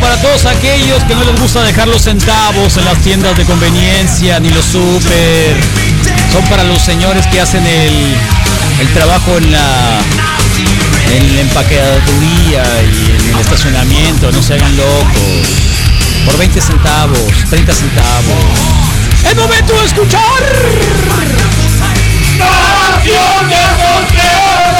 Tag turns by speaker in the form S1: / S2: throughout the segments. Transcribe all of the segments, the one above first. S1: para todos aquellos que no les gusta dejar los centavos en las tiendas de conveniencia ni los super. Son para los señores que hacen el, el trabajo en la, en la empaquetaduría y en el estacionamiento. No se hagan locos. Por 20 centavos, 30 centavos. ¡Es momento de escuchar!
S2: ¡Nación de Frontera!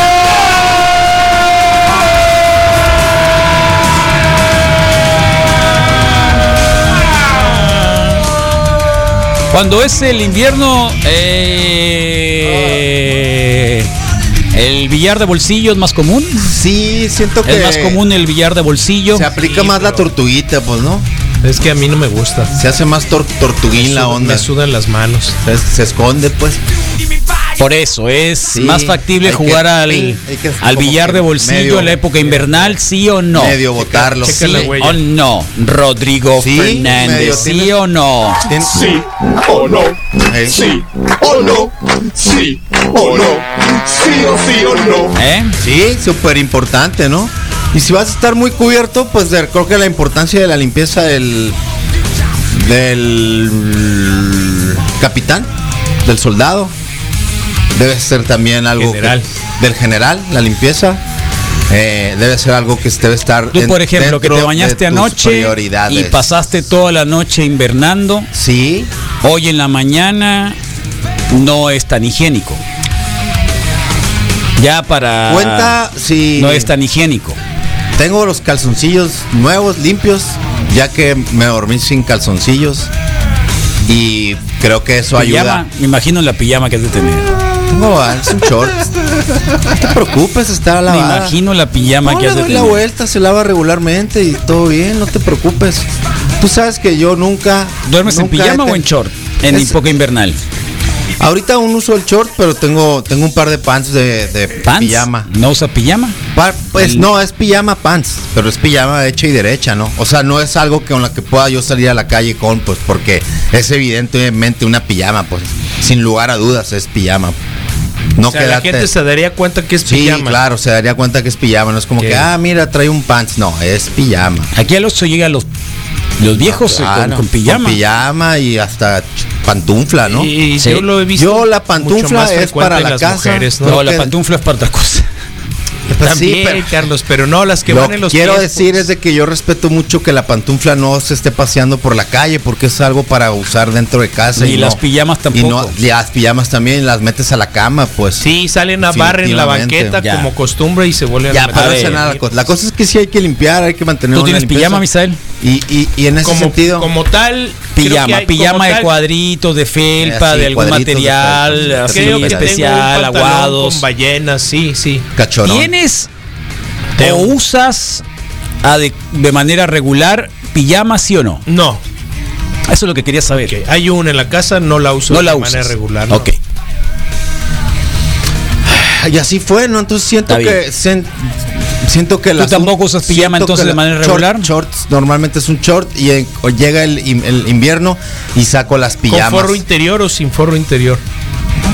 S1: Cuando es el invierno, eh, el billar de bolsillo es más común.
S3: Sí, siento que
S1: Es más común el billar de bolsillo.
S3: se aplica más la tortuguita, pues, ¿no?
S4: Es que a mí no me gusta.
S3: Se hace más tor- tortuguín la onda.
S4: Me sudan las manos.
S3: Se, se esconde, pues.
S1: Por eso es
S3: Sí,
S1: más factible
S3: hay que-
S1: jugar al,
S3: sí, hay que-
S1: al
S3: como
S1: billar
S3: que
S1: de bolsillo
S3: medio-
S1: en la época invernal, sí o no.
S3: Medio botarlo.
S4: checa la
S1: Sí
S4: huella.
S1: o no, Rodrigo
S3: Sí, medio
S1: Fernández, sí
S3: tiene-
S1: o no.
S3: Tien-
S2: Sí o no,
S3: eh,
S2: sí o no, sí o no, sí o sí o no.
S1: ¿Eh?
S3: Sí, súper importante, ¿no? Y si vas a estar muy cubierto, pues de- creo que la importancia de la limpieza del del capitán, del soldado, debe ser también algo que-
S4: General.
S3: del general, la limpieza. eh, debe ser algo que debe estar
S1: Tú,
S3: en-
S1: por ejemplo, que
S3: dentro
S1: te
S3: de
S1: bañaste
S3: tus
S1: anoche
S3: prioridades.
S1: y pasaste toda la noche invernando,
S3: Sí,
S1: hoy en la mañana no es tan higiénico. Ya para...
S3: cuenta si
S1: Ah, No es tan higiénico.
S3: Tengo los calzoncillos nuevos, limpios, ya que me dormí sin calzoncillos. Y creo que eso
S1: Pijama,
S3: ayuda.
S1: me imagino la pijama que has de tener.
S3: Tengo ah, es un short. No te preocupes, está
S1: Me
S3: lavada.
S1: imagino la pijama
S3: No,
S1: que
S3: le
S1: has de
S3: doy la
S1: tener.
S3: vuelta, se lava regularmente y todo bien, no te preocupes. Tú sabes que yo nunca...
S1: ¿Duermes en
S3: nunca he
S1: pijama o
S3: ten-
S1: en short? En
S3: Es-
S1: época invernal.
S3: Ahorita aún uso el short, pero tengo, tengo un par de pants de, de
S1: ¿Pants?
S3: pijama.
S1: ¿No usa pijama?
S3: Pa- pues no, es pijama pants, pero es pijama derecha y derecha, ¿no? O sea, no es algo que con la que pueda yo salir a la calle con, pues porque es evidentemente una pijama, pues sin lugar a dudas es pijama. No
S4: O sea, la
S3: quedarte-
S4: gente se daría cuenta que es
S3: Sí,
S4: pijama.
S3: claro, se daría cuenta que es pijama, no es como
S4: ¿Qué?
S3: que, ah, mira, trae un pants, no, es pijama.
S1: Aquí al 8 llega los, los viejos eh,
S3: Ah,
S1: con,
S3: no,
S1: con pijama.
S3: pijama y hasta ch- pantufla, ¿no?
S4: Y, y
S1: Sí.
S4: yo lo he visto.
S3: Yo la
S4: mucho
S3: pantufla es
S4: frecuente
S3: para
S4: en
S3: la
S4: las
S3: casa.
S4: mujeres, ¿no?
S1: No,
S3: Creo
S1: la
S3: que-
S1: pantufla es para otra cosa.
S3: Pues sí,
S4: También,
S3: pero-
S4: Carlos, pero no, las que
S3: Lo
S4: van
S3: que
S4: en los
S3: quiero
S4: pies,
S3: decir
S4: pues.
S3: es de que yo respeto mucho que la pantufla no se esté paseando por la calle porque es algo para usar dentro de casa.
S1: Ni
S3: y
S1: las
S3: no-
S1: pijamas
S3: Y no,
S1: tampoco.
S3: y las pijamas también las metes a la cama, pues.
S4: Sí, salen a barrer en la
S3: Definitivamente.
S4: banqueta
S1: Ya.
S4: como costumbre y se vuelven
S3: Ya,
S4: a meter
S3: pero
S4: a
S3: esa
S4: dormir.
S3: nada la cosa. La cosa es que sí hay que limpiar, hay que mantener
S1: ¿Tú
S3: una
S1: tienes
S3: limpieza.
S1: pijama, Misael?
S3: Y, y, y en ese
S4: como,
S3: sentido,
S4: como tal, creo que
S1: Pijama,
S4: hay- como
S1: pijama de
S4: tal,
S1: cuadritos, de felpa,
S3: Así,
S1: de algún
S3: cuadritos de
S1: material
S3: felpa,
S1: así
S4: Creo que
S1: especial,
S4: tengo un pantalón
S1: aguados.
S4: Con ballenas, sí, sí.
S3: cachorón.
S1: ¿Tienes
S4: Tengo.
S1: o usas a de, de manera regular pijama, sí o no?
S4: No,
S1: Eso es lo que quería saber.
S4: que hay una en la casa, no la uso
S1: No
S4: de
S1: la
S4: manera
S1: usas.
S4: regular. no.
S1: Ok.
S3: Y así fue, ¿no? Entonces siento
S1: Está
S3: que.
S1: bien.
S3: sen- siento que
S1: ¿Tú
S3: las-
S1: tampoco usas pijama,
S3: siento
S1: entonces,
S3: que
S1: de
S3: la-
S1: manera
S3: short-
S1: regular?
S3: shorts, normalmente es un short y en- o llega el, in- el invierno y saco las
S4: ¿Con
S3: pijamas.
S4: forro interior o sin forro interior?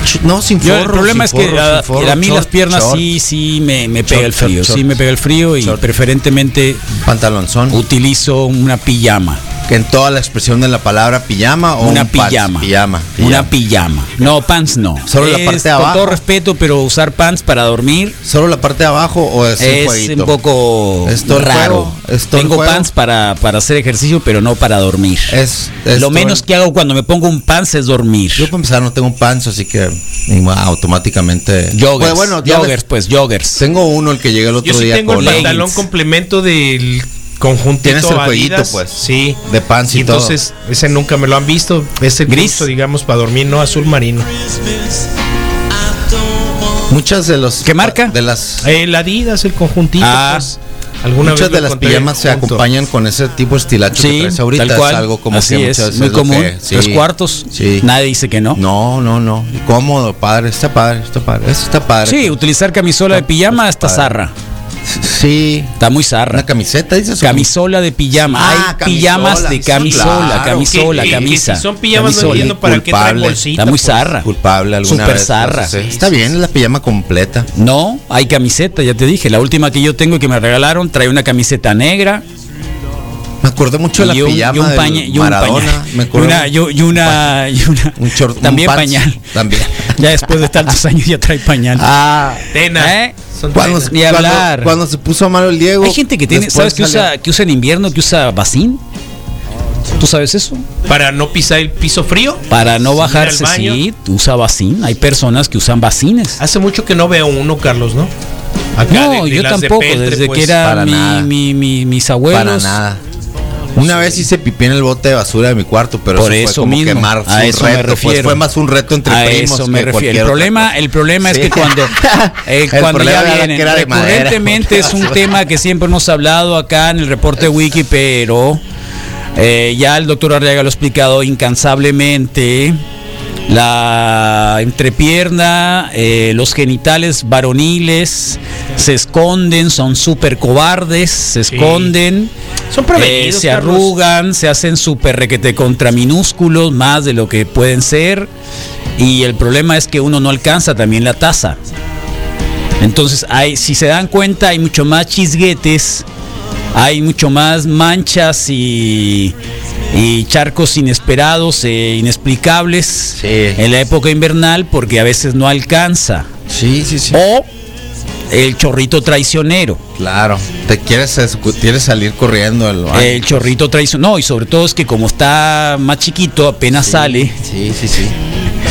S3: Ch- No, sin
S1: Yo,
S3: forro.
S1: el problema es
S3: sin
S1: que
S3: forro,
S1: a,
S3: sin forro,
S1: a mí
S3: short,
S1: las piernas
S3: short,
S1: sí, sí me, me pega
S3: Short,
S1: el frío,
S3: short, short.
S1: sí me pega el frío y
S3: Short.
S1: preferentemente
S3: Pantalonzón.
S1: utilizo una pijama,
S3: Que en toda la expresión de la palabra pijama o
S1: una
S3: un pants,
S1: pijama,
S3: pijama.
S1: una pijama. No pants no.
S3: Solo la parte de
S1: Con todo
S3: abajo.
S1: respeto, pero usar pants para dormir
S3: ¿Solo la parte de abajo o es, un
S1: es
S3: jueguito?
S1: un poco
S3: Es todo el
S1: raro.
S3: juego, es todo el
S1: Tengo
S3: juego.
S1: pants para, para hacer ejercicio, pero no para dormir.
S3: Es, es
S1: Lo
S3: todo
S1: menos
S3: el-
S1: que hago cuando me pongo un pants es dormir.
S3: Yo pues, para empezar no tengo un pants, así que mm, automáticamente...
S1: Joggers,
S3: Pues, bueno, ya
S1: joggers,
S3: ves,
S1: pues joggers.
S3: Tengo uno el que llega el otro
S4: Yo sí
S3: día
S4: tengo el
S3: con-
S1: leggings.
S4: pantalón complemento del conjuntito
S3: Tienes el jueguito,
S4: Adidas,
S3: pues,
S4: Sí.
S3: de pants y todo.
S4: Entonces, ese nunca me lo han visto. Es el
S1: Gris.
S4: gris, digamos, para dormir, no azul marino.
S3: Muchas de los...
S1: ¿Qué marca?
S3: De las...
S4: El Adidas, el conjuntito.
S1: Ah.
S4: pues, alguna
S3: Muchas
S4: vez lo
S3: de las
S4: encontré
S3: pijamas se
S4: junto.
S3: acompañan con ese tipo de estilacho que
S1: Sí,
S3: traes ahorita.
S1: tal cual.
S3: Es algo como
S1: Así
S3: que
S1: es,
S3: muchas veces
S1: muy
S3: lo
S1: común.
S3: que- sí,
S1: Los cuartos,
S3: Sí.
S1: nadie dice que no.
S3: No, no, no. Y Cómodo, padre. Está padre, está padre. Eso está padre.
S1: Sí, utilizar camisola de pijama está
S3: pues, padre.
S1: zarra.
S3: Sí.
S1: Está muy
S3: Una
S1: zarra.
S3: camiseta, dices.
S1: Camisola de pijama.
S3: Ah,
S1: Hay pijamas de camisola,
S3: camisola, claro,
S1: camisola,
S4: que- que- que
S1: camisa.
S4: si son pijamas, no
S1: camisola.
S4: entiendo para qué traen
S3: Culpable.
S4: bolsita.
S1: Está muy
S4: pues.
S1: zarra.
S3: Culpable alguna
S1: Super
S3: vez,
S1: zarra.
S3: no sé. Está bien, la pijama completa.
S1: No, hay camiseta, ya te dije. La última que yo tengo y que me regalaron trae una camiseta negra,
S3: Me acordé mucho de la
S1: y un,
S3: pijama
S1: y un
S3: del
S1: paña- y un
S3: Maradona.
S1: pañal.
S3: Me
S1: Y
S3: acordé
S1: una, y un- y una, y una-
S3: un short, un
S1: también
S3: pants.
S1: pañal.
S3: También.
S1: Ya después de tantos años ya trae pañal.
S3: Ah,
S4: Tena.
S1: ¿Eh?
S4: Son
S3: cuando,
S4: tena.
S1: Ni
S3: cuando-
S1: hablar.
S3: cuando se puso malo el Diego.
S1: Hay gente que tiene,
S3: después
S1: ¿sabes que
S3: salió-
S1: usa, que usa en invierno, que usa bacín? ¿Tú sabes eso?
S4: Para no pisar el piso frío.
S1: Para no
S4: Sí, ir al
S1: bajarse,
S4: baño.
S1: sí, usa bacín. Hay personas que usan bacines.
S4: Hace mucho que no veo uno, Carlos, ¿no? Acá
S1: No,
S4: de- de
S1: yo
S4: las de
S1: tampoco,
S4: peltre,
S1: desde
S4: pues.
S1: que era
S3: Para
S1: mi-
S3: nada.
S1: mi- mi- mis abuelos.
S3: Para nada. Una vez hice pipí en el bote de basura de mi cuarto, pero
S1: Por
S3: eso,
S1: eso
S3: fue como
S1: mismo,
S3: quemar
S1: a
S3: su
S1: eso me
S3: reto. pues,
S1: refiero.
S3: fue más un reto entre
S1: A
S3: primos.
S1: eso me
S3: que
S1: refiero.
S3: cualquier
S1: El
S3: otra
S1: problema,
S3: cosa.
S1: el problema es
S3: Sí.
S1: que cuando, eh,
S3: El
S1: cuando
S3: problema
S1: ya
S3: era que
S1: vienen,
S3: era de madera.
S1: recurrentemente es un tema que siempre hemos hablado acá en el reporte Wiki, pero eh, ya el doctor Arriaga lo ha explicado incansablemente. La entrepierna, eh, los genitales varoniles se esconden, son súper cobardes, se
S4: Sí.
S1: esconden.
S4: Son
S1: Eh,
S4: prevenidos.
S1: se
S4: Carlos.
S1: arrugan, se hacen súper requete contra minúsculos, más de lo que pueden ser. Y el problema es que uno no alcanza también la taza. Entonces, hay, si se dan cuenta, hay mucho más chisguetes, hay mucho más manchas y, y charcos inesperados e inexplicables
S3: Sí.
S1: en la época invernal porque a veces no alcanza.
S3: Sí, sí, sí.
S1: O el chorrito traicionero.
S3: Claro. Te quieres, escu- quieres salir corriendo del baño.
S1: El chorrito traición. No, y sobre todo es que como está más chiquito, apenas sale.
S3: Sí, sí, sí.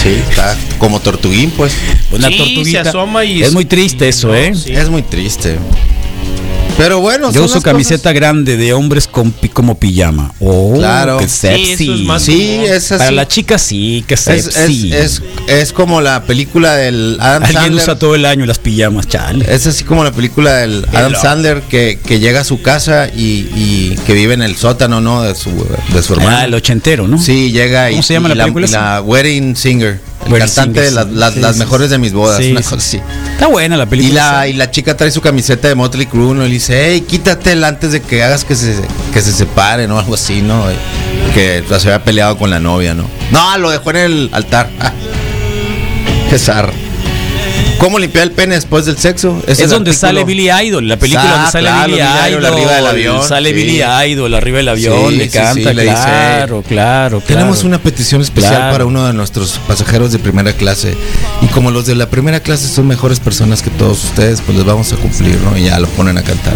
S3: Sí, está como tortuguín, pues.
S1: Una
S4: Sí, se
S1: tortuguita.
S4: asoma y-
S1: es muy triste eso,
S4: no,
S1: ¿eh?
S4: sí.
S3: Es muy triste. Pero bueno,
S1: Yo
S3: son
S1: uso
S3: las
S1: camiseta grande de hombres con pi- como pijama. Oh,
S3: Claro.
S1: qué
S3: Sí,
S1: sexy.
S4: eso es más-
S3: cosas- Sí, es así.
S1: Para la chica sí, que
S3: es, es,
S1: sexy.
S3: es- es como la película del Adam
S1: Alguien
S3: Sandler.
S1: usa todo el año las pijamas, chale.
S3: Es así como la película del Adam
S4: loco.
S3: Sandler que, que llega a su casa y, y que vive en el sótano, ¿no? De su, de su hermano.
S1: Ah, el ochentero, ¿no?
S3: Sí, llega y.
S1: ¿Cómo se llama
S3: y
S1: la película
S3: y
S1: esa?
S3: la Wedding Singer. El
S1: Wedding
S3: cantante
S1: Singer,
S3: de las,
S1: sí.
S3: las-
S1: Sí,
S3: las
S1: sí,
S3: mejores de mis bodas.
S1: Sí,
S3: una
S1: sí,
S3: cosa
S1: sí.
S3: así.
S1: Está buena la
S3: Y
S1: película.
S3: la, y la chica trae su camiseta de Motley Crue, ¿no? Y le dice, hey, quítatela antes de que hagas que se, que se separen o algo así, ¿no? Que o sea, se había peleado con la novia, ¿no? No, lo dejó en el altar. Ah, Qué zarra. ¿Cómo limpiar el pene después del sexo?
S1: es donde sale
S3: Billy
S1: Billy Idol, la película
S3: Ah,
S1: donde sale
S3: claro,
S1: Billy,
S3: Billy
S1: Idol,
S3: Idol arriba del avión,
S1: Sale
S3: sí.
S1: Billy Idol arriba del avión,
S3: Sí,
S1: le
S3: sí, sí,
S1: canta,
S3: le dice,
S1: claro, claro, claro.
S3: Tenemos una petición especial
S1: Claro.
S3: para uno de nuestros pasajeros de primera clase. Y como los de la primera clase son mejores personas que todos ustedes, pues les vamos a cumplir, ¿no? Y ya lo ponen a cantar.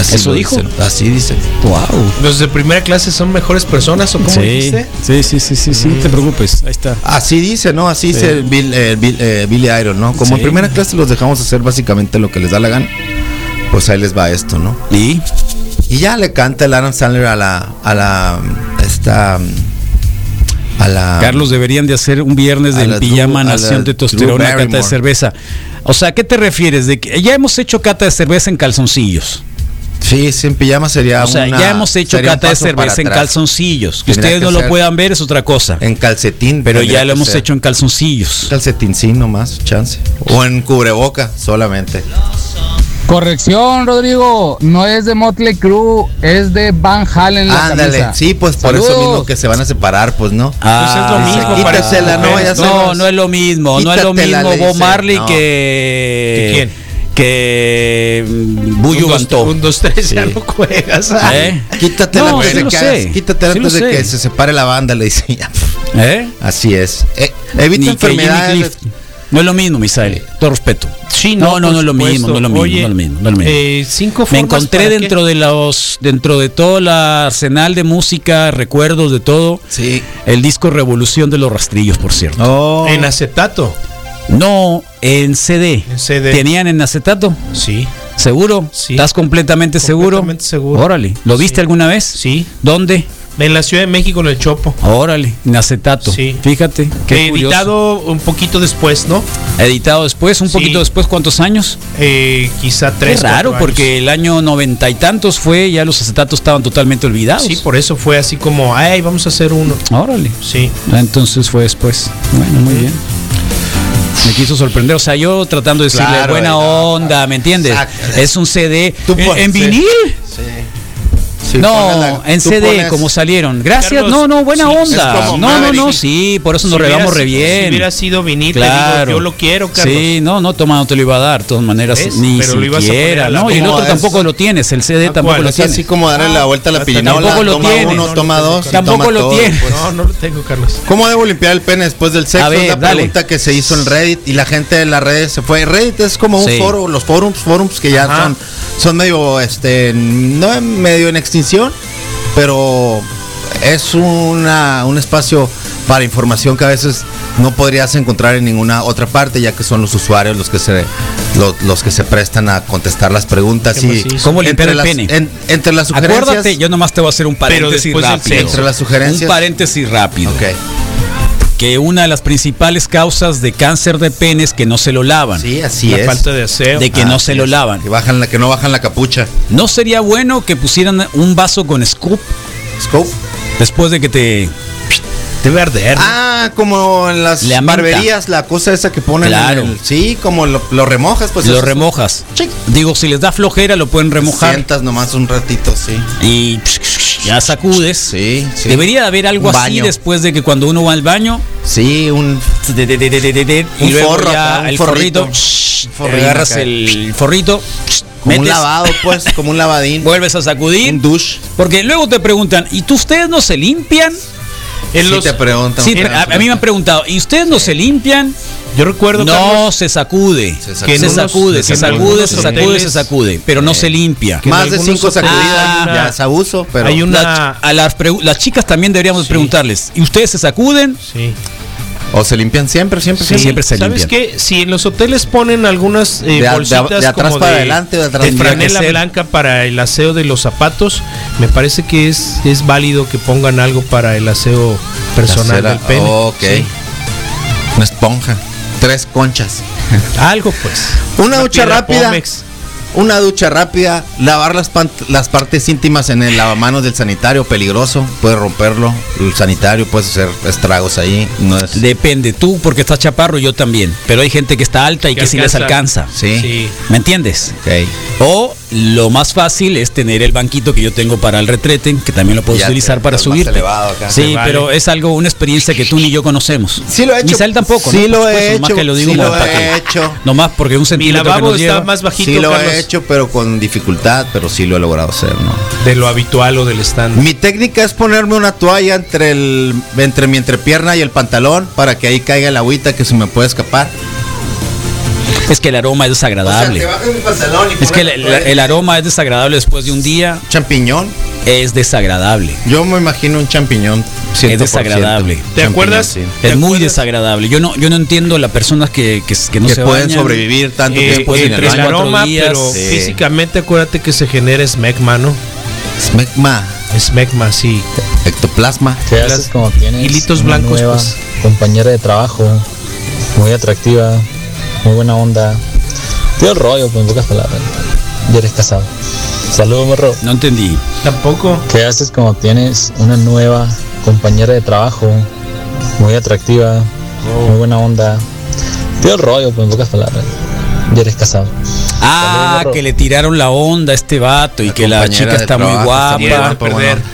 S3: Así
S1: ¿Eso
S3: lo
S1: dijo?
S3: dicen, Así dicen.
S1: Wow.
S4: ¿Los de primera clase son mejores personas o cómo
S1: Sí,
S4: dijiste?
S1: sí, sí, sí, sí, sí, no te preocupes, ahí está.
S3: Así dice, ¿no? Así dice Bill- eh, Bill- eh, Billy Iron, ¿no? Como
S1: Sí.
S3: en primera clase los dejamos hacer básicamente lo que les da la gana, pues ahí les va esto, ¿no?
S1: ¿Y?
S3: Y ya le canta el Adam Sandler a la. a la. esta. a la.
S1: Carlos, deberían de hacer un viernes
S3: A
S1: de
S3: la
S1: pijama
S3: Drew- a la
S1: Nación
S3: Drew
S1: Testosterona, cata de
S3: Barrymore.
S1: cerveza. O sea, ¿qué te refieres? De que ya hemos hecho cata de cerveza en calzoncillos.
S3: Sí, sin pijama sería.
S1: O sea,
S3: una-
S1: ya hemos hecho
S3: sería un
S1: cata de
S3: paso para
S1: cerveza en
S3: atrás.
S1: calzoncillos. Que
S3: Tendría
S1: ustedes
S3: que
S1: no lo
S3: ser-
S1: puedan ver es otra cosa.
S3: En calcetín.
S1: Pero
S3: tendría
S1: ya lo
S3: que
S1: hemos
S3: ser.
S1: hecho en calzoncillos.
S3: Calcetín, sí, nomás, chance. O en cubreboca, solamente.
S5: Corrección, Rodrigo. No es de Motley Crue, es de Van Halen la
S3: Ándale,
S5: camisa.
S3: sí, pues por eso
S5: Saludos.
S3: mismo que se van a separar, pues, ¿no?
S1: Ah,
S4: Pues es lo mismo
S1: dice,
S4: para
S3: quítasela,
S4: no,
S1: no,
S4: ya
S1: no,
S3: sabes.
S1: es lo mismo, no es lo
S3: Quítatela,
S1: mismo
S3: le
S1: Bob
S3: dice.
S1: Marley
S3: No.
S1: que...
S4: ¿Que quién?
S1: Que... mm, Buyu
S4: Un, dos,
S1: Bantó.
S4: un, dos, tres, ya no juegas.
S1: ¿Eh?
S3: Ah, Quítatela
S1: No,
S3: antes
S1: sí
S3: de
S1: lo
S3: que,
S1: sé.
S3: hagas- quítatela
S1: Sí lo
S3: antes de
S1: sé.
S3: que se separe la banda, le dice.
S1: ¿Eh?
S3: Así es. Eh, evita
S1: Ni que Jimmy
S3: enfermedades.
S1: Cliff. No es lo mismo, Misael. Todo respeto.
S4: Sí,
S1: no, no,
S4: por
S1: no es lo mismo,
S4: supuesto.
S1: no es lo mismo,
S4: Oye,
S1: no es lo mismo, no es lo mismo.
S4: eh, cinco
S1: Me
S4: formas
S1: encontré
S4: para
S1: dentro de los, dentro de todo el arsenal de música, recuerdos de todo,
S3: Sí.
S1: el disco Revolución de los Rastrillos, por cierto.
S3: Oh.
S4: que- En acetato.
S1: No, en CD.
S4: En CD.
S1: Tenían en acetato,
S4: Sí.
S1: seguro.
S4: Sí.
S1: ¿Estás completamente,
S4: Completamente seguro.
S1: Órale. ¿Lo viste
S4: Sí.
S1: alguna vez?
S4: Sí.
S1: ¿Dónde?
S4: En la Ciudad de México, en el Chopo.
S1: Órale, en acetato.
S4: Sí.
S1: Fíjate. Qué
S4: Eh,
S1: curioso.
S4: editado un poquito después, ¿no?
S1: Editado después, un
S4: Sí.
S1: poquito después, ¿cuántos años?
S4: Eh, quizá tres.
S1: Es raro,
S4: cuatro años.
S1: porque el año noventa y tantos fue, ya los acetatos estaban totalmente olvidados.
S4: Sí, por eso fue así como, ay, vamos a hacer uno.
S1: Órale.
S4: Sí.
S1: Ah, Entonces fue después. Bueno, muy bien. Me quiso sorprender, o sea, yo tratando de decirle
S3: Claro,
S1: buena
S3: no,
S1: onda, ¿me entiendes?
S3: Exacto.
S1: Es un CD
S3: Tú
S1: en,
S3: puedes,
S1: en
S3: sí.
S1: vinil.
S3: Sí. Sí,
S1: no,
S3: póngala-
S1: en
S3: tú
S1: CD,
S3: pones-
S1: como salieron. Gracias,
S4: Carlos,
S1: no, no, buena
S4: sí,
S3: es
S1: onda.
S3: como
S1: No, no,
S3: Maverick.
S1: no, sí, por eso nos
S4: Si
S1: regamos
S4: hubiera-
S1: re
S4: Si
S1: bien.
S4: hubiera sido vinil, te digo,
S1: Claro.
S4: yo lo quiero, Carlos.
S1: Sí, no, no, toma, no te lo iba a dar. De todas maneras,
S4: ¿Ves?
S1: ni
S4: Pero lo ibas a poner
S1: siquiera.
S4: a la
S1: No, y el
S3: moda,
S1: otro
S3: eso.
S1: tampoco lo tienes. El CD
S4: Ah,
S1: tampoco
S4: ¿cuál?
S1: lo
S3: Es así
S1: tienes.
S3: como darle la vuelta a la pirinola,
S1: tampoco lo
S3: toma
S1: tiene.
S3: uno,
S1: No, no
S3: toma
S4: lo tengo,
S3: dos, y
S1: Carlos.
S3: toma
S1: Tampoco lo
S3: todo,
S1: tiene.
S3: pues.
S4: No, no lo tengo, Carlos.
S3: ¿Cómo debo limpiar el pene después del sexo?
S1: A ver,
S3: es la
S1: dale.
S3: pregunta que se hizo en Reddit y la gente de las redes se fue. Reddit es como un
S1: Sí.
S3: foro, los forums, forums que ya
S4: Ajá.
S3: son, son medio, este, no en- medio en extinción, pero es una, un espacio para información que a veces no podrías encontrar en ninguna otra parte, ya que son los usuarios los que se, los, los que se prestan a contestar las preguntas
S4: Qué
S3: y
S4: macizo.
S1: ¿Cómo limpiar
S3: entre
S1: el
S3: las,
S1: pene?
S3: en- entre las sugerencias.
S1: Acuérdate, yo nomás te voy a hacer un paréntesis
S4: después del
S1: rápido.
S4: sexo.
S3: Entre las sugerencias-
S1: Un paréntesis rápido.
S3: Ok.
S1: Que una de las principales causas de cáncer de pene es que no se lo lavan.
S3: Sí, así
S4: la
S3: es.
S4: falta de aseo.
S1: De que
S3: Ah,
S1: no se
S3: así
S1: lo
S3: es.
S1: lavan.
S3: Que, bajan la, que no bajan la capucha.
S1: ¿No sería bueno que pusieran un vaso con scoop
S3: Scope.
S1: después de que te...
S4: Debe arder. ¿no?
S3: Ah, como en las
S1: La menta.
S3: barberías, la cosa esa que ponen. en
S1: Claro.
S3: el- sí, como lo, lo remojas, pues.
S1: lo
S3: eso-
S1: remojas?
S3: Chic.
S1: Digo, si les da flojera lo pueden remojar.
S3: Sientas nomás un ratito, sí.
S1: y ya sacudes.
S3: Sí, sí.
S1: Debería de haber algo
S3: Un
S1: así
S3: baño.
S1: después de que cuando uno va al baño.
S3: Sí, un.
S1: de- de- de- de- de- de- de-
S3: Un
S1: y luego
S3: forro
S1: ya
S3: acá, un
S1: el
S3: forrito.
S1: forrito.
S3: Un forrín
S1: agarras
S3: acá.
S1: el forrito.
S3: Como un lavado, pues, como un lavadín.
S1: Vuelves a sacudir.
S3: un douche.
S1: Porque luego te preguntan, ¿y tú ustedes no se limpian?
S4: En
S3: Sí
S4: los-
S3: te preguntan.
S1: Sí,
S3: te
S1: a, a mí me han preguntado, ¿y ustedes no se limpian?
S4: yo recuerdo, Carlos,
S1: No, se sacude. Se
S3: Se sacude.
S1: sacude,
S4: Que
S1: se
S4: en unos-
S1: sacude,
S4: que
S1: se
S4: en
S1: sacude,
S4: algunos
S1: se sacude,
S4: hoteles- Eh,
S1: pero no se limpia.
S4: en
S3: Más de
S4: algunos
S3: cinco
S4: hoteles
S3: sacudidas
S1: hay
S4: una-
S3: ya es abuso, pero.
S4: hay una-
S1: La- a las, pregu- las chicas también deberíamos preguntarles, ¿y ustedes se sacuden?
S4: Sí.
S3: O se limpian siempre, siempre,
S1: Sí,
S3: siempre.
S1: siempre se
S4: ¿Sabes
S1: limpian.
S4: qué? Si en los hoteles ponen algunas eh,
S3: De a- de a-
S4: bolsitas
S3: de atrás
S4: como
S3: para adelante, de atrás para
S4: franela
S3: adelante.
S4: blanca para el aseo de los zapatos, me parece que es, es válido que pongan algo para el aseo personal
S3: Casera.
S4: del pene.
S3: Ok.
S4: Sí.
S3: Una esponja. Tres conchas.
S4: Algo pues.
S3: Una ducha
S4: piedra
S3: rápida.
S4: Pómex.
S3: Una ducha rápida, lavar las, pant- las partes íntimas en el lavamanos del sanitario, peligroso, puede romperlo, el sanitario puede hacer estragos ahí, no es...
S1: Depende, tú porque estás chaparro, yo también. Pero hay gente que está alta y
S4: Que
S1: que sí les
S4: alcanza.
S1: alcanza.
S3: sí.
S4: Sí.
S1: ¿Me entiendes?
S3: Ok.
S1: O lo más fácil es tener el banquito que yo tengo para el retrete, que también lo puedes
S3: Ya
S1: utilizar
S3: te-
S1: para
S3: más
S1: subir.
S3: elevado acá.
S1: Sí,
S4: Se vale.
S1: pero es algo, una experiencia que tú ni yo conocemos.
S3: Sí lo he hecho.
S1: Misael tampoco.
S3: Sí
S1: ¿no?
S3: lo
S1: Por
S3: he
S1: supuesto, nomás
S3: hecho,
S1: que lo
S3: sí
S1: digo
S3: lo
S1: para
S3: he
S1: que-
S3: hecho.
S1: Nomás porque un
S4: Mi
S1: centímetro que
S4: lavabo
S1: nos
S4: está
S1: lleva.
S4: más bajito,
S3: Sí lo
S4: Carlos,
S3: he hecho, pero con dificultad, pero sí lo he logrado hacer, ¿no?
S4: de lo habitual o del estándar.
S3: Mi técnica es ponerme una toalla entre, el, entre mi entrepierna y el pantalón para que ahí caiga el agüita que se me puede escapar.
S1: Es que el aroma es desagradable.
S3: bajas mi pantalón y
S1: es que el, el- el aroma es desagradable después de un día.
S3: Champiñón,
S1: Es desagradable.
S3: yo me imagino un champiñón. 100%.
S1: desagradable.
S4: ¿Te acuerdas? Eh,
S3: Champiñón, sí.
S4: ¿Te
S1: Es muy
S4: acuerdas?
S1: desagradable. Yo no, yo no entiendo las personas que, que, que no
S3: que
S1: se
S3: pueden
S1: bañan.
S3: sobrevivir tanto
S4: Eh,
S3: tiempo sin
S4: entre
S3: el
S4: el
S1: cuatro
S4: aroma,
S1: días,
S4: pero
S1: sí.
S4: físicamente acuérdate que se genera smegma, ¿no?
S3: Smegma,
S4: Smegma, sí.
S3: ectoplasma.
S5: ¿Qué
S4: Las
S5: haces cuando tienes
S4: hilitos
S5: una
S4: blancos,
S5: nueva
S4: pues?
S5: compañera de trabajo, muy atractiva, muy buena onda? Tío el rollo, pues en pocas palabras. Ya eres casado. Saludos, morro.
S1: No entendí.
S4: Tampoco.
S5: ¿Qué haces cuando tienes una nueva compañera de trabajo, muy atractiva, muy buena onda? Tío el rollo, pues en pocas palabras. Ya eres casado.
S1: Ah,
S5: Saludos,
S1: que le tiraron la onda a este vato y
S3: La
S1: que la
S3: compañera
S1: chica
S3: de
S1: está muy
S3: trabajo está muy
S1: guapa.
S3: guapa.
S4: Para perder.
S3: bueno.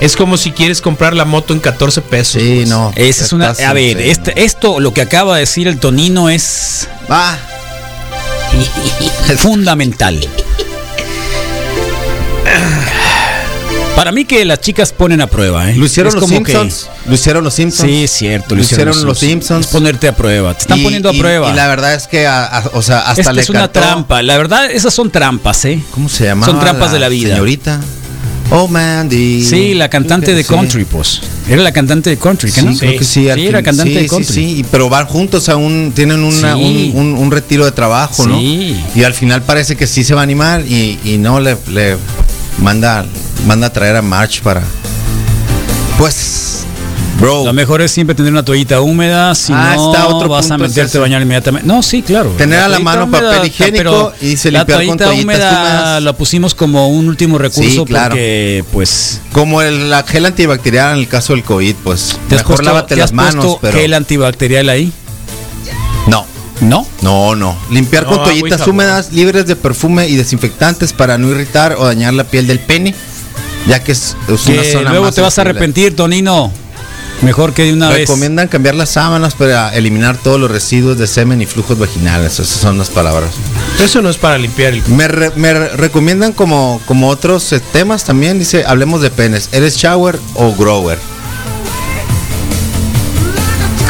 S4: Es como si quieres comprar la moto en 14 pesos.
S3: Sí, no.
S1: Pues, Esa es una.
S3: Estás
S1: A ver,
S3: insane.
S1: este- esto, lo que acaba de decir el Tonino es
S3: Ah,
S1: fundamental. Para mí que las chicas ponen a prueba, ¿eh?
S3: lo hicieron
S1: Es
S3: los
S1: como que-
S3: Simpsons. Lo hicieron los Simpsons.
S1: Sí, es cierto.
S3: Lo hicieron los Simpsons.
S1: Es ponerte a prueba. Te están
S3: Y-
S1: poniendo a
S3: y-
S1: prueba.
S3: Y la verdad es que, a- a- o sea, hasta
S1: Esta
S3: le
S1: es una
S3: cantó-
S1: trampa. La verdad, esas son trampas, ¿eh?
S3: ¿Cómo se llama?
S1: Son trampas de la vida.
S3: Señorita. Oh, Mandy.
S1: Sí, la cantante de
S3: Sí.
S1: country, pues. Era la cantante de country,
S3: Sí,
S1: ¿qué ¿no?
S3: creo que sí. al
S1: era
S3: fin-
S1: cantante
S3: sí,
S1: de country.
S3: Sí, sí, y- pero van juntos a un, tienen una-
S1: Sí.
S3: un, un- un retiro de trabajo, ¿no?
S1: Sí.
S3: Y al final parece que sí se va a animar y, y no le, le manda, manda a traer a March para... Pues, bro,
S1: Lo mejor es siempre tener una toallita húmeda, si
S3: Ah,
S1: no
S3: está otro
S1: vas a
S3: punto,
S1: meterte
S3: es ese.
S1: a bañar inmediatamente. No, sí, claro.
S3: Tener a la
S1: toallita
S3: mano papel
S1: está- pero
S3: higiénico y se
S1: La
S3: limpiar con
S1: toallita
S3: toallitas
S1: húmeda
S3: húmedas.
S1: la pusimos como un último recurso
S3: claro.
S1: porque, pues,
S3: como el la gel antibacterial en el caso del COVID, pues
S1: te has
S3: mejor
S1: puesto,
S3: lávate
S1: te has
S3: las manos,
S1: puesto
S3: pero...
S1: gel antibacterial ahí,
S3: No.
S1: ¿no?
S3: No, no. Limpiar
S4: No,
S3: con
S4: agua y
S3: toallitas
S4: jabón.
S3: húmedas libres de perfume y desinfectantes para no irritar o dañar la piel del pene. ya que es, es una
S1: Que
S3: zona
S1: luego
S3: más
S1: te vas a
S3: sensible.
S1: arrepentir, Tonino. Mejor que de una vez.
S3: Recomiendan cambiar las sábanas para eliminar todos los residuos de semen y flujos vaginales. Esas son las palabras.
S4: Eso no es para limpiar el.
S3: Me, re- me re- recomiendan como, como otros eh, temas también. Dice, hablemos de penes. ¿Eres shower o grower?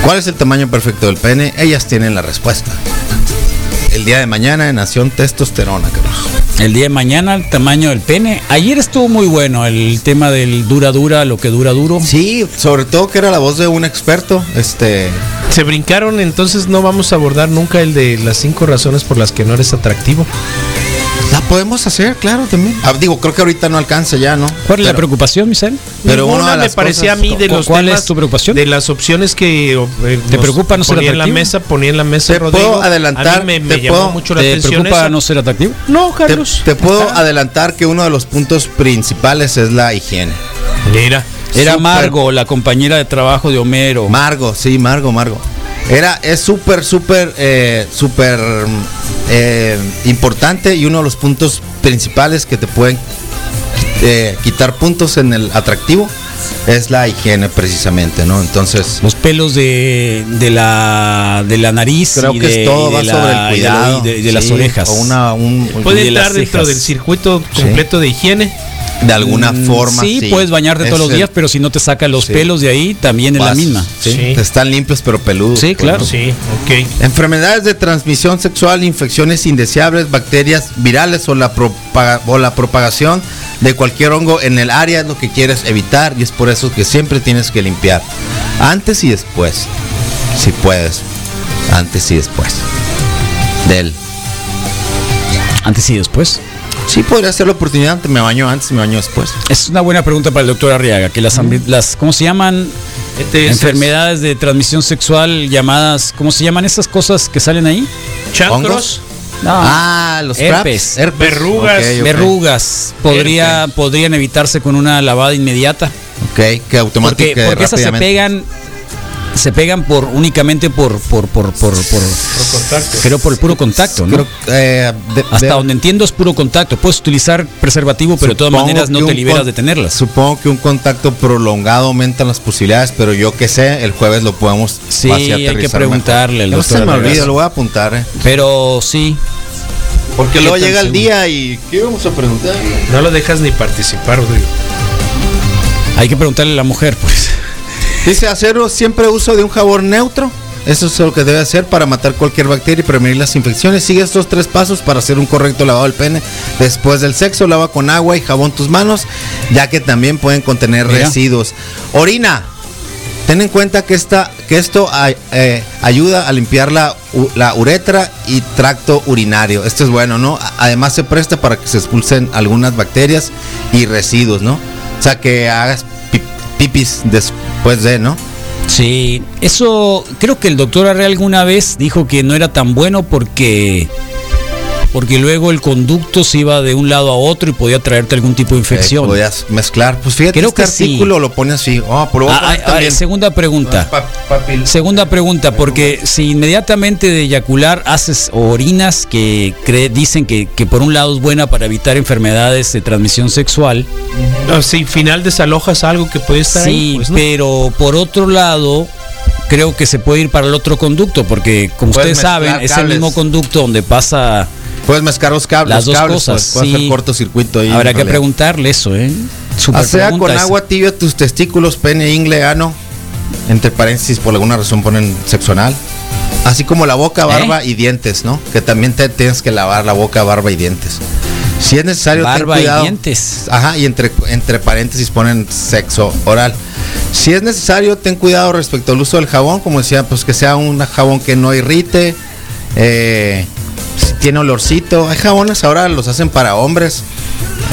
S3: ¿Cuál es el tamaño perfecto del pene? Ellas tienen la respuesta. El día de mañana en Nación Testosterona, Carlos.
S1: El día de mañana, el tamaño del pene. Ayer estuvo muy bueno el tema del dura dura, lo que dura duro.
S3: Sí, sobre todo que era la voz de un experto. Este,
S4: Se brincaron, entonces no vamos a abordar nunca el de las cinco razones por las que no eres atractivo.
S3: la podemos hacer, claro, también. Ah, digo, creo que ahorita no alcanza ya, ¿no?
S1: ¿Cuál es la
S3: Pero-
S1: preocupación, Michel?
S3: Pero
S4: Ninguna
S3: una de
S4: me
S3: las
S4: parecía
S3: cosas-
S4: a mí de
S1: ¿cu-
S4: los
S1: cuál es
S4: temas-
S1: tu preocupación?
S4: de las opciones que eh,
S1: ¿Te
S4: nos
S1: preocupa no ser
S4: ponía en la
S1: atractivo?
S4: mesa ponía en la mesa
S3: ¿Te
S4: Rodrigo.
S3: puedo adelantar?
S4: a mí me, me
S3: ¿Te
S4: llamó
S3: puedo-
S4: mucho la
S1: ¿Te
S4: atención
S1: preocupa
S4: esa.
S1: no ser atractivo?
S4: no
S3: Te,
S4: Carlos
S3: te puedo
S4: Está-
S3: adelantar que uno de los puntos principales es la higiene.
S4: mira
S1: Era
S3: Súper.
S1: Margo, la compañera de trabajo de Homero.
S3: Margo, sí, Margo, Margo. Era, es súper, súper, eh, súper mm, eh, importante y uno de los puntos principales que te pueden eh, quitar puntos en el atractivo es la higiene precisamente, ¿no? Entonces,
S1: los pelos de, de la de la nariz
S3: creo
S1: y
S3: que
S1: de-
S3: es todo
S1: y
S3: va
S1: de la-
S3: sobre el
S1: y de la-
S3: cuidado.
S1: y de, de las
S3: sí,
S1: orejas
S3: O una, un-
S4: puede
S1: de las
S4: estar dentro
S1: cejas.
S4: del circuito
S3: Sí.
S4: completo de higiene
S3: de alguna
S1: Mm,
S3: forma.
S1: sí, puedes bañarte
S3: Es
S1: todos los
S3: el-
S1: días pero si no te saca los
S3: Sí.
S1: pelos de ahí también es la
S3: vas-
S1: misma
S3: sí,
S4: Sí.
S3: Están limpios pero peludos.
S1: Sí,
S3: pues,
S1: claro.
S3: ¿no?
S4: sí ok
S3: Enfermedades de transmisión sexual, infecciones indeseables, bacterias virales o la, propaga- o la propagación de cualquier hongo en el área es lo que quieres evitar y es por eso que siempre tienes que limpiar. Antes y después. Si puedes. Antes y después. Del.
S1: antes y después
S3: Sí podría ser la oportunidad, me baño antes, me baño después.
S1: es una buena pregunta para el doctor Arriaga que las ambi- las cómo se llaman
S4: Este es-
S1: enfermedades de transmisión sexual llamadas cómo se llaman esas cosas que salen ahí
S4: chancros
S3: ¿Hongos? Ah, los
S1: Herpes.
S3: craps, herpes.
S4: Verrugas.
S3: Ok, ok.
S1: verrugas podría
S4: Herpes.
S1: podrían evitarse con una lavada inmediata
S3: Ok, que
S1: porque,
S3: automáticamente.
S1: porque esas se pegan se pegan por únicamente por por por por, por
S4: contacto.
S1: creo por el puro contacto ¿no?
S3: Creo, eh, de-
S1: hasta
S3: de-
S1: donde entiendo es puro contacto puedes utilizar preservativo pero de todas
S3: Supongo
S1: maneras no
S3: que
S1: te
S3: un
S1: liberas
S3: con-
S1: de tenerlas
S3: Supongo que un contacto prolongado aumenta las posibilidades, pero yo que sé, el jueves lo podemos
S1: Sí,
S3: así
S1: hay que
S3: aterrizar
S1: preguntarle al
S3: No
S1: doctor
S3: se me
S1: Arregazo.
S3: olvida, lo voy a apuntar. eh.
S1: pero sí
S3: Porque
S1: ¿Qué
S3: luego
S1: tan
S3: llega el
S1: seguro?
S3: día y ¿qué vamos a preguntar?
S4: no lo dejas ni participar Rodrigo
S1: hay que preguntarle a la mujer pues
S3: Dice acero siempre uso de un jabón neutro. Eso es lo que debe hacer para matar cualquier bacteria y prevenir las infecciones. Sigue estos tres pasos para hacer un correcto lavado del pene. Después del sexo, lava con agua y jabón tus manos, ya que también pueden contener
S1: Mira.
S3: residuos. Orina. Ten en cuenta que, esta, que esto ay- eh, ayuda a limpiar la, u- la uretra y tracto urinario. Esto es bueno, ¿no? A- Además se presta para que se expulsen algunas bacterias y residuos, ¿no? O sea, que hagas pi- pipis después de, ¿no?
S1: sí eso creo que el doctor Arre alguna vez dijo que no era tan bueno porque porque luego el conducto se iba de un lado a otro y podía traerte algún tipo de infección
S3: Eh, podías mezclar. Pues fíjate,
S1: Creo
S3: este
S1: que sí.
S3: artículo lo pone así. Oh, pero lo voy a
S1: Ah,
S3: poner
S1: ah, ah,
S3: también. Ah,
S1: segunda pregunta
S3: Pa- papil-
S1: Segunda pregunta, porque si inmediatamente de eyacular haces o orinas que cre- dicen que, que por un lado es buena para evitar enfermedades de transmisión sexual,
S4: no, si final desalojas algo que puede estar
S1: sí,
S4: ahí pues, ¿no?
S1: pero por otro lado creo que se puede ir para el otro conducto, porque como
S3: Puedes
S1: ustedes saben,
S3: mezclar
S1: es el
S3: cables.
S1: mismo conducto donde pasa...
S3: Puedes mezclar los cables.
S1: Las dos
S3: cables,
S1: cosas,
S3: pues, puedes
S1: sí.
S3: hacer cortocircuito ahí.
S1: Habrá
S3: en
S1: que
S3: realidad.
S1: preguntarle eso, ¿eh? Super
S3: Asea
S1: pregunta
S3: Ah, con
S1: esa.
S3: agua tibia tus testículos, pene, ingle, ano. Entre paréntesis, por alguna razón ponen sexo anal. Así como la boca,
S1: ¿Eh?
S3: barba y dientes, ¿no? Que también te tienes que lavar la boca, barba y dientes. Si es necesario, ten
S1: Barba y
S3: cuidado.
S1: dientes.
S3: Ajá, y entre, entre paréntesis ponen sexo oral. Si es necesario, ten cuidado respecto al uso del jabón. Como decía, pues que sea un jabón que no irrite. Eh, si tiene olorcito. Hay jabones ahora, los hacen para hombres.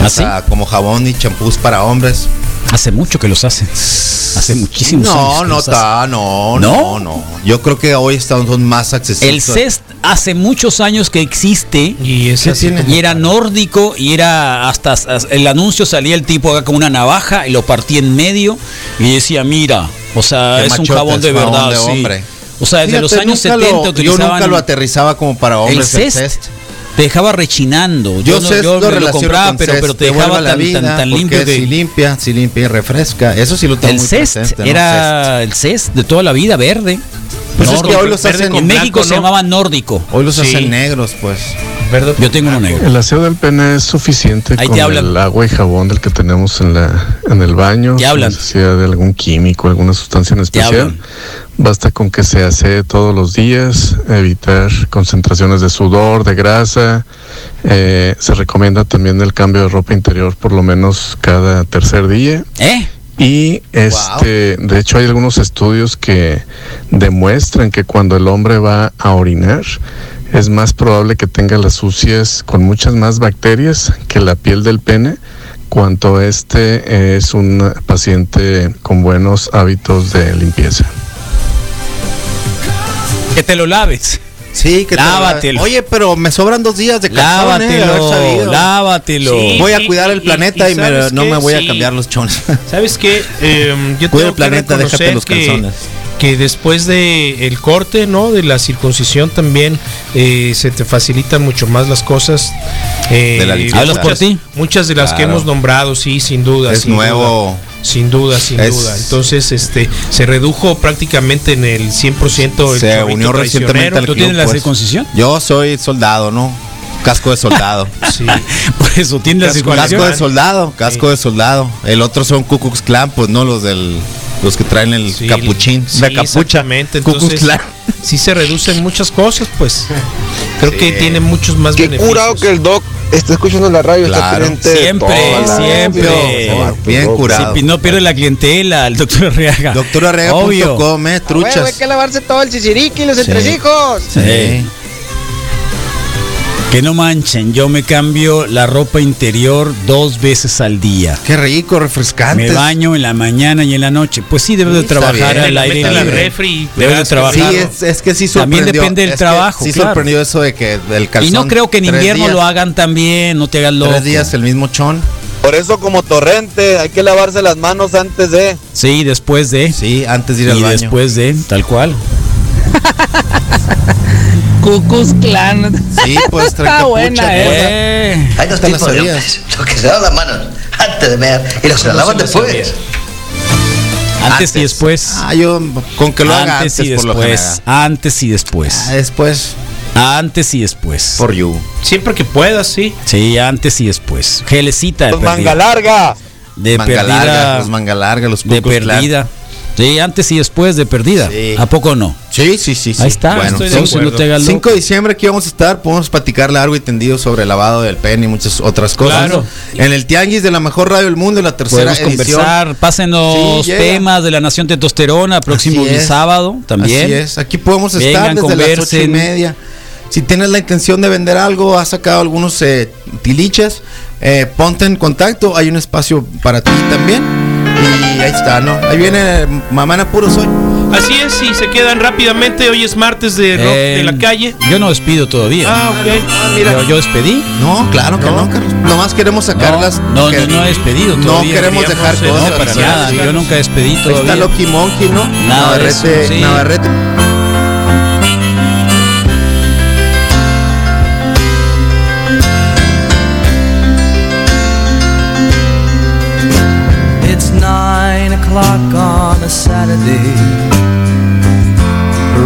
S1: ¿Ah,
S3: O sea, como jabón y champús para hombres.
S1: Hace mucho que los hacen. Hace muchísimos años
S3: No,
S1: que
S3: no
S1: los hacen.
S3: está, no,
S1: ¿No?
S3: no, no, Yo creo que hoy están son más accesibles.
S1: El CEST hace muchos años que existe.
S4: y es
S3: ¿Qué
S4: así
S3: tiene?
S1: Y era nórdico y era hasta, hasta- el anuncio salía el tipo acá con una navaja y lo partía en medio y decía, mira, o sea,
S3: Qué
S1: es un
S3: machote,
S1: jabón de
S3: es jabón
S1: verdad.
S3: de
S1: sí".
S3: hombre.
S1: O sea, desde los
S3: Fíjate,
S1: años
S3: nunca
S1: 70
S3: lo- Yo
S1: utilizaban
S3: nunca lo aterrizaba como para hombres
S1: el
S3: el
S1: cest.
S3: cest.
S1: te dejaba rechinando.
S3: Yo, sé
S1: yo
S3: lo
S1: me lo
S3: relaciono
S1: compraba,
S3: con
S1: pero,
S3: Cest,
S1: pero te
S3: vuelve
S1: dejaba
S3: a la
S1: tan,
S3: vida,
S1: tan, tan
S3: porque
S1: limpio que
S3: Si limpia, si limpia y refresca. Eso sí lo tengo
S1: el
S3: muy
S1: cest
S3: presente, ¿no?
S1: era el cest de toda la vida verde.
S3: Pues es
S1: Nórdico.
S3: que hoy los
S1: Verde
S3: hacen
S1: con
S3: en
S1: México
S3: blanco,
S1: se
S3: ¿no?
S1: llamaba nórdico.
S3: Hoy los
S4: Sí.
S3: hacen negros, pues.
S4: Verde
S1: Yo tengo uno negro.
S6: El aseo del pene es suficiente
S1: Ahí te
S6: con
S1: hablan.
S6: el agua y jabón del que tenemos en la en el baño.
S1: Te
S6: sin
S1: hablan.
S6: necesidad de algún químico, alguna sustancia en especial.
S1: hablan.
S6: Basta con que se hace todos los días, evitar concentraciones de sudor, de grasa. Eh, se recomienda también el cambio de ropa interior por lo menos cada tercer día.
S1: ¿Eh?
S6: Y este, de hecho hay algunos estudios que demuestran que cuando el hombre va a orinar es más probable que tenga las sucias con muchas más bacterias que la piel del pene, cuanto este es un paciente con buenos hábitos de limpieza.
S4: Que te lo laves.
S3: Sí, que te-
S4: Lávatelo.
S3: Oye, pero me sobran dos días de calzón, eh, de haber
S1: Lávatelo,
S3: sabido.
S1: lávatelo.
S4: Sí.
S3: Voy a
S4: Y-
S3: cuidar
S4: y-
S3: el
S4: y-
S3: planeta y,
S4: y
S3: me-
S4: ¿sabes
S3: no
S4: qué?
S3: me voy
S4: Sí.
S3: a cambiar los chones.
S4: ¿Sabes qué? Eh,
S3: Cuida
S4: yo tengo
S3: el planeta,
S4: que reconocer
S3: déjate los
S4: que,
S3: calzones.
S4: que después de el corte, ¿no? De la circuncisión también eh, se te facilitan mucho más las cosas. eh,
S3: De la limpieza.
S1: Hablas por
S4: muchas-
S1: ti.
S4: Muchas de las que
S3: Claro.
S4: hemos nombrado, sí, sin duda.
S3: Es
S4: sin
S3: nuevo.
S4: duda. sin duda, sin
S3: Es-
S4: duda. Entonces, este, se redujo prácticamente en el 100% el
S3: Se
S4: chorrito
S3: unió recientemente
S4: traicionero.
S1: ¿Tú
S3: al club. pues.
S1: tienes la circuncisión?
S3: Yo soy soldado, ¿no? Casco de soldado.
S4: Sí.
S1: Por eso tiene la
S4: Casco-
S1: circulación.
S3: casco de
S1: Ah,
S3: soldado, casco de soldado. El otro son Ku Klux Klan, pues no los del los que traen el
S4: Sí,
S3: capuchín,
S4: sí,
S3: la capucha.
S4: exactamente.
S3: Ku Klux
S4: Entonces,
S3: Klan.
S4: sí se reducen muchas cosas, pues. Creo que tiene muchos más
S7: Qué
S4: beneficios.
S7: curado que el Doc está escuchando la radio, está
S3: Claro,
S7: pendiente de
S1: siempre,
S7: toda la-
S1: siempre.
S7: de todo,
S3: Bien, bien
S7: Doc.
S1: Sí,
S3: curado.
S1: pi- no pierde la clientela, el doctor Arriaga.
S3: Doctor
S1: Obvio.
S3: Arrega.com, eh,
S8: Huevo, Ah, hay
S3: truchas.
S8: que lavarse todo el chichiriqui y los entresijos.
S1: Sí. Que no manchen, yo me cambio la ropa interior dos veces al día.
S3: Qué rico, refrescante.
S1: Me baño en la mañana y en la noche. Pues sí, debes de
S3: Está
S1: trabajar
S3: bien.
S1: al aire
S4: Mete la
S1: libre.
S4: refri.
S1: Debes de
S3: Sí,
S4: Sí,
S1: trabajar.
S3: es, es que sí sorprendió.
S1: También depende del
S3: es que
S1: trabajo,
S3: Sí
S1: claro.
S3: sorprendió eso de que el calzón.
S1: y no creo que en
S3: tres
S1: invierno
S3: días-
S1: lo hagan también, no te hagas loco.
S3: Tres días el mismo chon.
S7: Por eso, como torrente, hay que lavarse las manos antes de.
S1: Sí, después de.
S3: Sí, antes de ir al
S1: y
S3: baño.
S1: después de, tal cual.
S9: Cucus Clan.
S3: Sí, pues trae
S9: Está
S3: capucha,
S9: buena, eh.
S3: cosa.
S1: Eh.
S10: Hay dos
S3: Te la
S10: tipos de
S3: sabías.
S10: hombres, los que se lavan las manos antes de mear y los que se lavan después.
S1: Antes y después.
S3: Ah, yo con que lo haga
S1: antes y
S3: por lo
S1: después.
S3: general.
S1: Antes y después.
S3: Ah, después
S1: Antes y después.
S3: por you.
S4: Siempre que puedas, sí.
S1: Sí, antes y después. Gelecita de
S7: Manga
S1: perdida.
S7: larga.
S1: De
S3: manga larga, los
S1: perdida.
S3: manga larga, los
S1: De
S3: Ku Klux Klan.
S1: perdida. Sí, antes y después de perdida.
S3: Sí.
S1: ¿A poco no?
S3: Sí, sí, sí. sí.
S1: Ahí está.
S3: Bueno,
S1: Estoy de
S3: entonces,
S1: acuerdo. No te hagas loco.
S3: 5 de diciembre aquí vamos a estar, podemos platicar largo y tendido sobre el lavado del pene y muchas otras cosas.
S1: Claro.
S3: En el Tianguis de la mejor radio del mundo, en la tercera
S1: Podemos
S3: edición.
S1: conversar, pásenos
S3: Sí, llega.
S1: temas de la Nación Testosterona, próximo
S3: Así es.
S1: sábado también.
S3: Así es, aquí podemos
S1: Vengan,
S3: estar desde las ocho y
S1: conversen.
S3: media. Si tienes la intención de vender algo, has sacado algunos eh, tiliches, eh, ponte en contacto, hay un espacio para ti también. Y ahí está, ¿no? Ahí viene Mamana Puro Soy.
S4: Así es, y se quedan rápidamente. Hoy es martes de rock
S1: Eh,
S4: de la calle.
S1: Yo no despido todavía.
S4: Ah, ok.
S1: Yo, yo despedí.
S3: No, claro que no, Carlos. Nomás queremos sacarlas.
S1: no,
S3: que-
S1: no, no he despedido
S3: No
S1: todavía.
S3: queremos dejar
S4: Queríamos, eh,
S3: cosas.
S1: No, para
S4: Sí,
S1: nada.
S4: sí,
S1: Yo
S4: sí.
S1: nunca despedí
S3: Ahí está
S1: todavía.
S3: Loki Monkey, ¿no?
S1: Nada de eso,
S3: Navarrete,
S1: sí.
S3: Navarrete.
S8: It's nine o'clock on a Saturday. A